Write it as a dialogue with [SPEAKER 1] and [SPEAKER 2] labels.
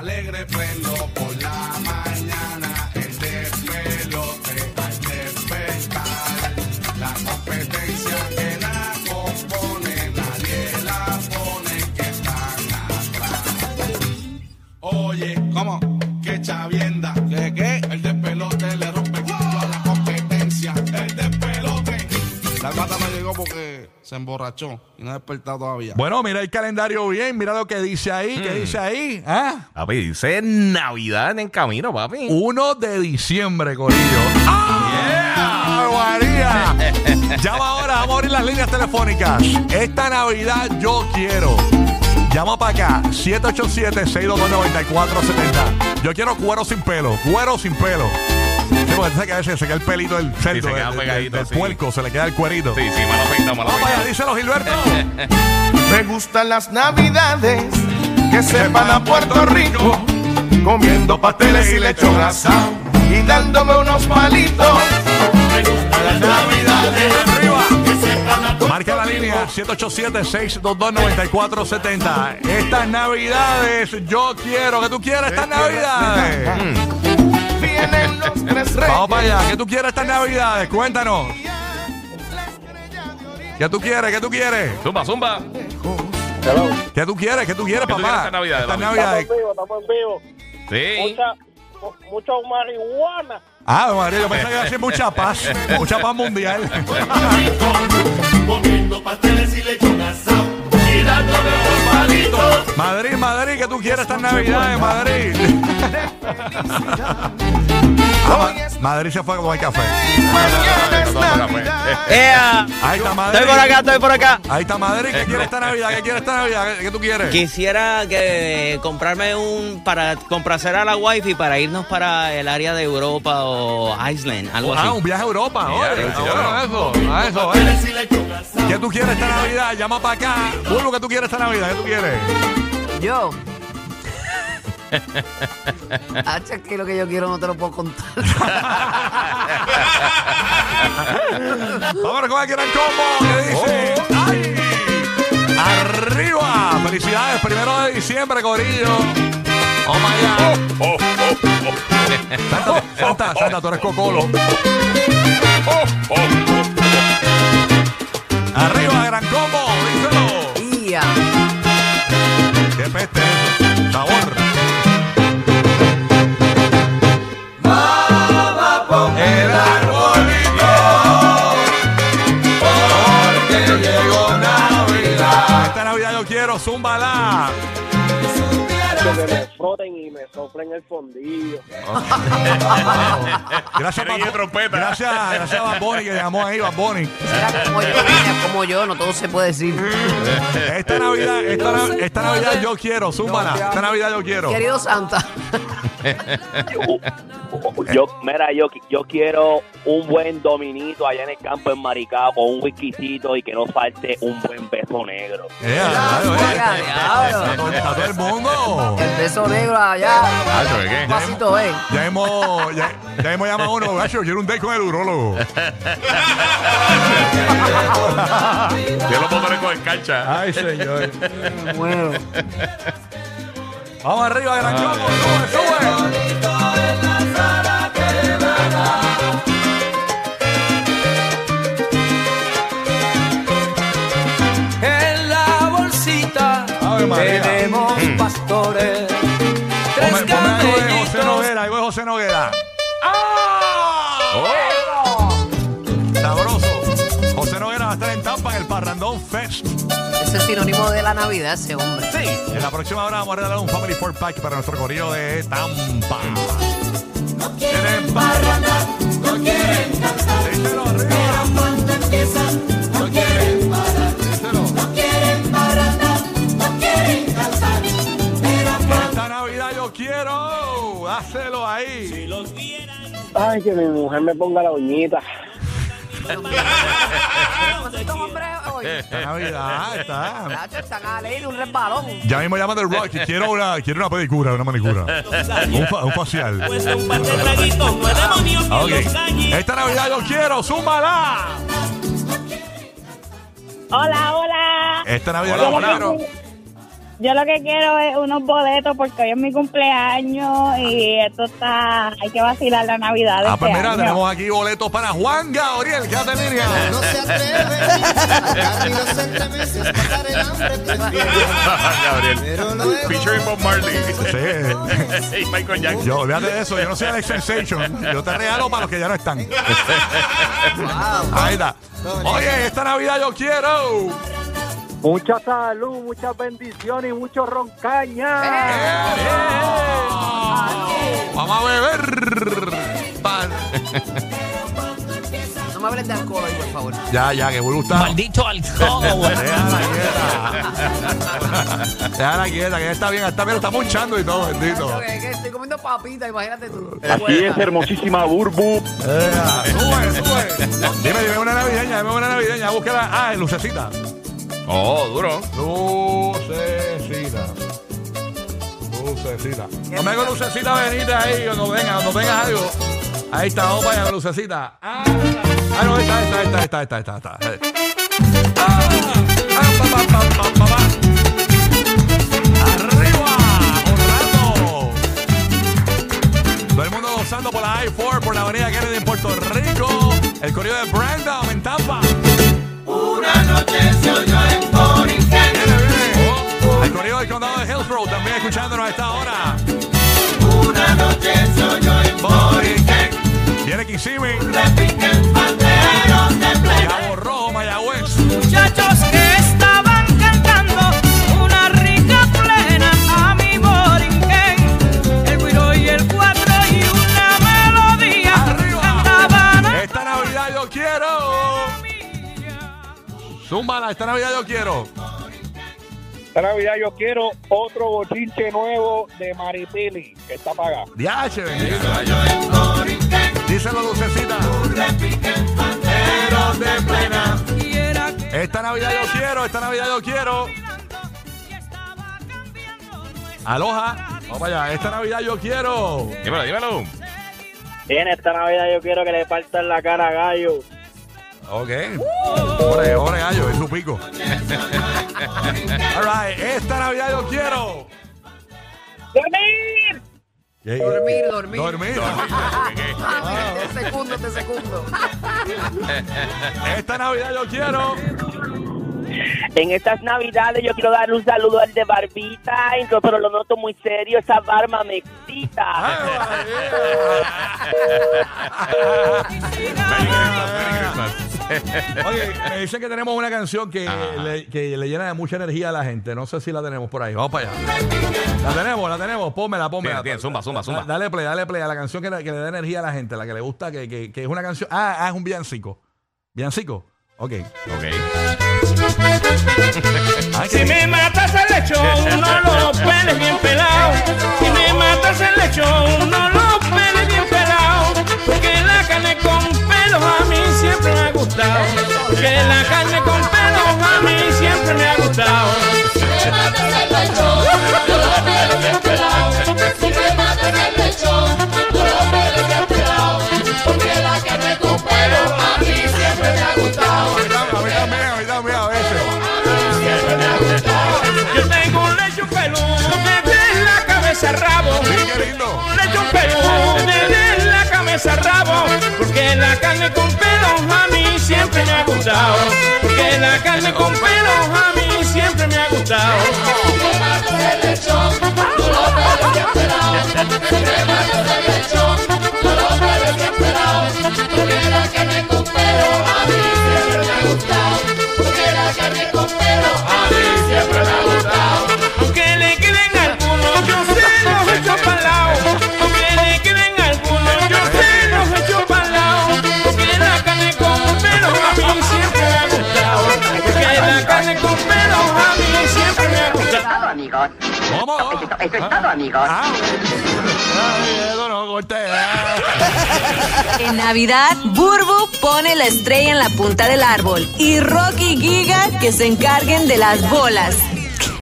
[SPEAKER 1] alegre prendo por la mañana. El despelote al despertar. La competencia que la compone, nadie la pone que están atrás. Oye, ¿cómo? Que chavienda. ¿Qué, qué? El despelote le rompe el culo a la competencia. El despelote. La gata no llegó porque se emborrachó y no ha despertado todavía.
[SPEAKER 2] Bueno, mira el calendario bien, mira lo que dice ahí,
[SPEAKER 3] Mm.
[SPEAKER 2] que dice ahí. ¿Ah?
[SPEAKER 3] Papi, dice Navidad en camino, papi.
[SPEAKER 2] 1 de diciembre, Corillo. ¡Ah! María! Llama ahora, vamos a abrir las líneas telefónicas. Esta Navidad yo quiero. Llama para acá, 787-622-9470. Yo quiero cuero sin pelo, cuero sin pelo. Sí, porque tú sabes que a veces se queda el pelito del cerdo,
[SPEAKER 3] se queda
[SPEAKER 2] del,
[SPEAKER 3] pegadito,
[SPEAKER 2] del
[SPEAKER 3] sí.
[SPEAKER 2] puerco, se le queda el cuerito.
[SPEAKER 3] Sí, sí, mala pinta, mala
[SPEAKER 2] Vamos para allá,
[SPEAKER 3] pinta.
[SPEAKER 2] díselo, Gilberto.
[SPEAKER 4] Me gustan las navidades que se van a Puerto Rico comiendo pasteles y lechón asado y dándome unos palitos.
[SPEAKER 2] Marca la línea 787-622-9470. Estas navidades, yo quiero que tú quieras estas navidades.
[SPEAKER 4] Vienen los tres
[SPEAKER 2] Vamos
[SPEAKER 4] reyes.
[SPEAKER 2] para allá, que tú quieras estas navidades, cuéntanos. ¿Qué tú quieres? ¿Qué tú quieres?
[SPEAKER 3] Zumba, zumba.
[SPEAKER 5] Hello.
[SPEAKER 2] ¿Qué tú quieres? ¿Qué tú quieres,
[SPEAKER 3] ¿Qué tú
[SPEAKER 2] papá?
[SPEAKER 3] quieres estas navidades,
[SPEAKER 2] Estas
[SPEAKER 5] Estamos
[SPEAKER 3] David?
[SPEAKER 2] navidades.
[SPEAKER 5] en vivo, estamos en vivo.
[SPEAKER 3] Sí.
[SPEAKER 5] Mucha, mu- mucha marihuana.
[SPEAKER 2] Ah, María, yo pensaba que iba a decir mucha paz. Mucha paz mundial.
[SPEAKER 6] comiendo pasteles y lechón asado y dándole los palitos.
[SPEAKER 2] Madrid, Madrid, ¿qué tú quieres estas navidades, Madrid? Ah, Ma- Madrid se fue como el café.
[SPEAKER 4] Y mañana es
[SPEAKER 3] Todo para
[SPEAKER 4] Navidad.
[SPEAKER 7] ¡Ea!
[SPEAKER 2] Ahí está Madrid.
[SPEAKER 7] Estoy por acá, estoy por acá.
[SPEAKER 2] Ahí está Madrid, ¿qué quiere esta Navidad? ¿Qué quiere esta Navidad? ¿Qué, qué tú quieres?
[SPEAKER 7] Quisiera que comprarme un para complacer a la wifi para irnos para el área de Europa o Iceland, algo
[SPEAKER 2] Ah,
[SPEAKER 7] así.
[SPEAKER 2] un viaje a Europa.
[SPEAKER 3] Ya,
[SPEAKER 2] oye,
[SPEAKER 3] ya,
[SPEAKER 2] está
[SPEAKER 3] ya.
[SPEAKER 2] bueno, eso, ah, eso, eh. ¿Qué tú quieres esta Navidad? Llama para acá. Bulbo, ¿qué tú quieres esta Navidad? ¿Qué tú quieres?
[SPEAKER 8] Yo. Hacho, es que lo que yo quiero no te lo puedo contar.
[SPEAKER 2] Vámonos con el gran combo que dice. ¡Ay! ¡Arriba! ¡Felicidades! Primero de diciembre, Corillo. Oh my God. Santa, Santa, Santa, tú eres Cocolo. Arriba, gran combo, díselo.
[SPEAKER 8] Tía.
[SPEAKER 2] ¡Qué peste es eso! ¡Sabor! el arbolito Porque llegó Navidad Esta Navidad yo quiero, zúmbala
[SPEAKER 5] Yo que me froten y me soplen el fondillo.
[SPEAKER 2] Gracias,
[SPEAKER 3] Tiene
[SPEAKER 2] Bad-
[SPEAKER 3] trompeta.
[SPEAKER 2] Gracias, gracias a Bad Bunny que llamó ahí, Bad Bunny
[SPEAKER 8] Era como yo, era como yo, no todo se puede decir.
[SPEAKER 2] Esta Navidad, esta, na- esta Navidad yo quiero, zúmbala Esta Navidad yo quiero
[SPEAKER 8] Querido Santa.
[SPEAKER 9] Yo, mira, yo, qui- yo quiero un buen dominito allá en el campo en Maricao con un whiskycito y que no falte un buen beso negro.
[SPEAKER 2] Eh, claro, eh.
[SPEAKER 8] Oiga, diablo.
[SPEAKER 2] Está todo- Está todo el mundo
[SPEAKER 8] El beso negro allá.
[SPEAKER 3] Nacho, ¿de
[SPEAKER 8] Un
[SPEAKER 3] qué?
[SPEAKER 8] Pasito, eh.
[SPEAKER 2] Ya hemos, ya, ya hemos llamado a uno, gacho, quiero un date con el urólogo.
[SPEAKER 3] Yo lo puedo poner con el cancha.
[SPEAKER 2] Ay, señor.
[SPEAKER 8] Bueno.
[SPEAKER 2] Vamos arriba, gran combo, sube, sube.
[SPEAKER 10] En la bolsita
[SPEAKER 2] Ave María. Mm.
[SPEAKER 10] tenemos pastores. Tres
[SPEAKER 2] Ponme, ponme algo de José
[SPEAKER 10] camellitos.
[SPEAKER 2] Noguera, algo de José Noguera. ¡Ah! Oh. Sabroso. José Noguera va a estar en Tampa en el Parrandón Fest.
[SPEAKER 8] Ese es sinónimo de la Navidad, ese hombre.
[SPEAKER 2] En la próxima hora vamos a regalar un Family Four Pack para nuestro corrido de Tampa. Quieren parrandar, no quieren cantar. Esta Navidad yo quiero. Hácelo ahí.
[SPEAKER 5] Ay, que mi mujer me ponga la uñita.
[SPEAKER 8] Estos hombres hoy.
[SPEAKER 2] Esta Navidad está.
[SPEAKER 8] Nacho, están a ley de un resbalón.
[SPEAKER 2] Ya mismo llama del Rocky. Quiero una, quiero una pedicura, una manicura. Un, fa- un facial.
[SPEAKER 6] Pues un par de traguitos, pues no es demonio que
[SPEAKER 2] Ok.
[SPEAKER 6] los dañe.
[SPEAKER 2] Esta Navidad yo quiero. ¡Súmala!
[SPEAKER 11] Hola, hola.
[SPEAKER 2] Esta Navidad
[SPEAKER 3] Hola,
[SPEAKER 2] yo
[SPEAKER 3] hola.
[SPEAKER 2] quiero.
[SPEAKER 11] Yo lo que quiero es unos boletos porque hoy es mi cumpleaños y esto está. Hay que vacilar la Navidad. de
[SPEAKER 2] Ah, pues
[SPEAKER 11] este
[SPEAKER 2] mira,
[SPEAKER 11] año.
[SPEAKER 2] tenemos aquí boletos para Juan Gabriel, quédate en línea.
[SPEAKER 1] No se
[SPEAKER 3] Gabriel. Featuring Bob Marley.
[SPEAKER 2] Sí.
[SPEAKER 3] y Michael Jackson.
[SPEAKER 2] Yo, olvídate de eso, yo no soy Alex Sensation. Yo te regalo para los que ya no están. Ahí está. Oye, esta Navidad yo quiero.
[SPEAKER 12] Mucha salud, muchas bendiciones y mucho
[SPEAKER 8] Eh.
[SPEAKER 12] roncaña.
[SPEAKER 2] Vamos a beber. Pan.
[SPEAKER 8] No me hables de alcohol hoy, por favor.
[SPEAKER 2] Ya, ya, que voy a gustar. Maldito alcohol. Déjala quieta. Déjala quieta, que ya está bien, está bien, está punchando y todo, bendito.
[SPEAKER 8] Que- que Estoy comiendo papita, imagínate tú.
[SPEAKER 12] Así es, hermosísima Burbu.
[SPEAKER 2] Dime, dime una navideña, dime una navideña, búsquela. Ah, en lucecita.
[SPEAKER 3] Oh, duro.
[SPEAKER 2] Lucecita. Lucecita. No me hagas lucecita, venite ahí, cuando venga, cuando venga algo. Ahí está, vamos para allá, lucecita. Ah, ah, no, ahí está, ahí está, ahí está, ahí está, ahí está, ahí está. ahí está. Ah, ah, pa, pa, pa, pa, pa, pa. Arriba, Orlando. Todo el mundo gozando por la I-4, por la avenida Kennedy en Puerto Rico. El correo de Brandon en Tampa.
[SPEAKER 1] Una noche se oyó en Borinquen.
[SPEAKER 2] El correo del condado de Hillsborough también escuchándonos a esta hora.
[SPEAKER 1] Una noche se oyó en Borinquen.
[SPEAKER 2] Viene Kissimmee.
[SPEAKER 1] Repiquen banderos de plebe.
[SPEAKER 2] Cabo Rojo, Mayagüez.
[SPEAKER 13] Muchachos que estaban cantando una rica plena a mi borinquen. El guiro y el cuatro y una melodía. Cantaban a-
[SPEAKER 2] Esta Navidad yo quiero. Zúmbala, esta Navidad yo quiero.
[SPEAKER 12] Esta Navidad yo quiero otro bochinche nuevo de Maripili, que está pagado.
[SPEAKER 2] Diache, bendito. Díselo, lucecita.
[SPEAKER 1] Banderos de plena.
[SPEAKER 2] Esta Navidad yo quiero, esta Navidad yo quiero. Aloha. Vamos allá, esta Navidad yo quiero.
[SPEAKER 3] Dímelo, dímelo.
[SPEAKER 9] Bien, esta Navidad yo quiero que le partan la cara a Gallo.
[SPEAKER 2] Ok. Ore, ore, gallo, es su pico. All right, esta Navidad yo quiero.
[SPEAKER 11] ¡Dormir!
[SPEAKER 8] Dormir, dormir.
[SPEAKER 2] Dormir.
[SPEAKER 8] Ah, te secundo, te secundo.
[SPEAKER 2] Esta Navidad yo quiero.
[SPEAKER 9] En estas navidades yo quiero dar un saludo al de Barbita, entonces, pero lo noto muy serio, esa barba me excita.
[SPEAKER 2] Oye, me dicen que tenemos una canción que
[SPEAKER 3] Ah.
[SPEAKER 2] le, que le llena de mucha energía a la gente. No sé si la tenemos por ahí. Vamos para allá. La tenemos, la tenemos. Pónmela, pónmela.
[SPEAKER 3] Tiene, tiene, zumba, zumba,
[SPEAKER 2] Da-
[SPEAKER 3] zumba.
[SPEAKER 2] Dale play, dale play a la canción que, le- que le da energía a la gente, la que le gusta, que, que- que es una canción. Ah, ah, es un villancico. ¿Villancico? Ok. Ay,
[SPEAKER 6] Si me matas el lechón, no lo peles bien pelado. Si me matas el lechón, no lo peles bien pelado. Porque la carne con pelos a mí siempre me ha gustado. Que la carne con pelos a mí siempre me ha gustado.
[SPEAKER 1] Si me matas el lechón, yo lo pelo bien pelao. Si me matas el lechón, yo lo pelo bien pelao. Porque la carne con pelo a mí siempre me ha gustado.
[SPEAKER 2] A mí también, a mí también, a veces.
[SPEAKER 6] Yo tengo un lechón peludo desde la cabeza al rabo. Un lechón peludo desde la cabeza al rabo. Porque la carne con pelos a mí siempre me ha gustado. Porque la carne con pelos a mí siempre me ha gustado.
[SPEAKER 1] Si me matas el lechón, yo lo pelo bien pelao. Si me matas el lechón, yo lo pelo bien pelao. Porque la carne con pelo a mí siempre me ha gustado. Porque la carne con pelo a mí siempre me ha gustado.
[SPEAKER 6] Aunque le queden algunos, yo se los echo para lado. Aunque le queden algunos, yo se los echo para lado. Porque la carne con pelos a mí siempre me ha gustado. Porque la carne con pelos a mí siempre me ha gustado.
[SPEAKER 14] amigos.
[SPEAKER 2] ¿Cómo?
[SPEAKER 14] Eso es todo, amigos.
[SPEAKER 2] Ay, eso no, corte.
[SPEAKER 15] En Navidad, Burbu pone la estrella en la punta del árbol y Rocky y Giga que se encarguen de las bolas.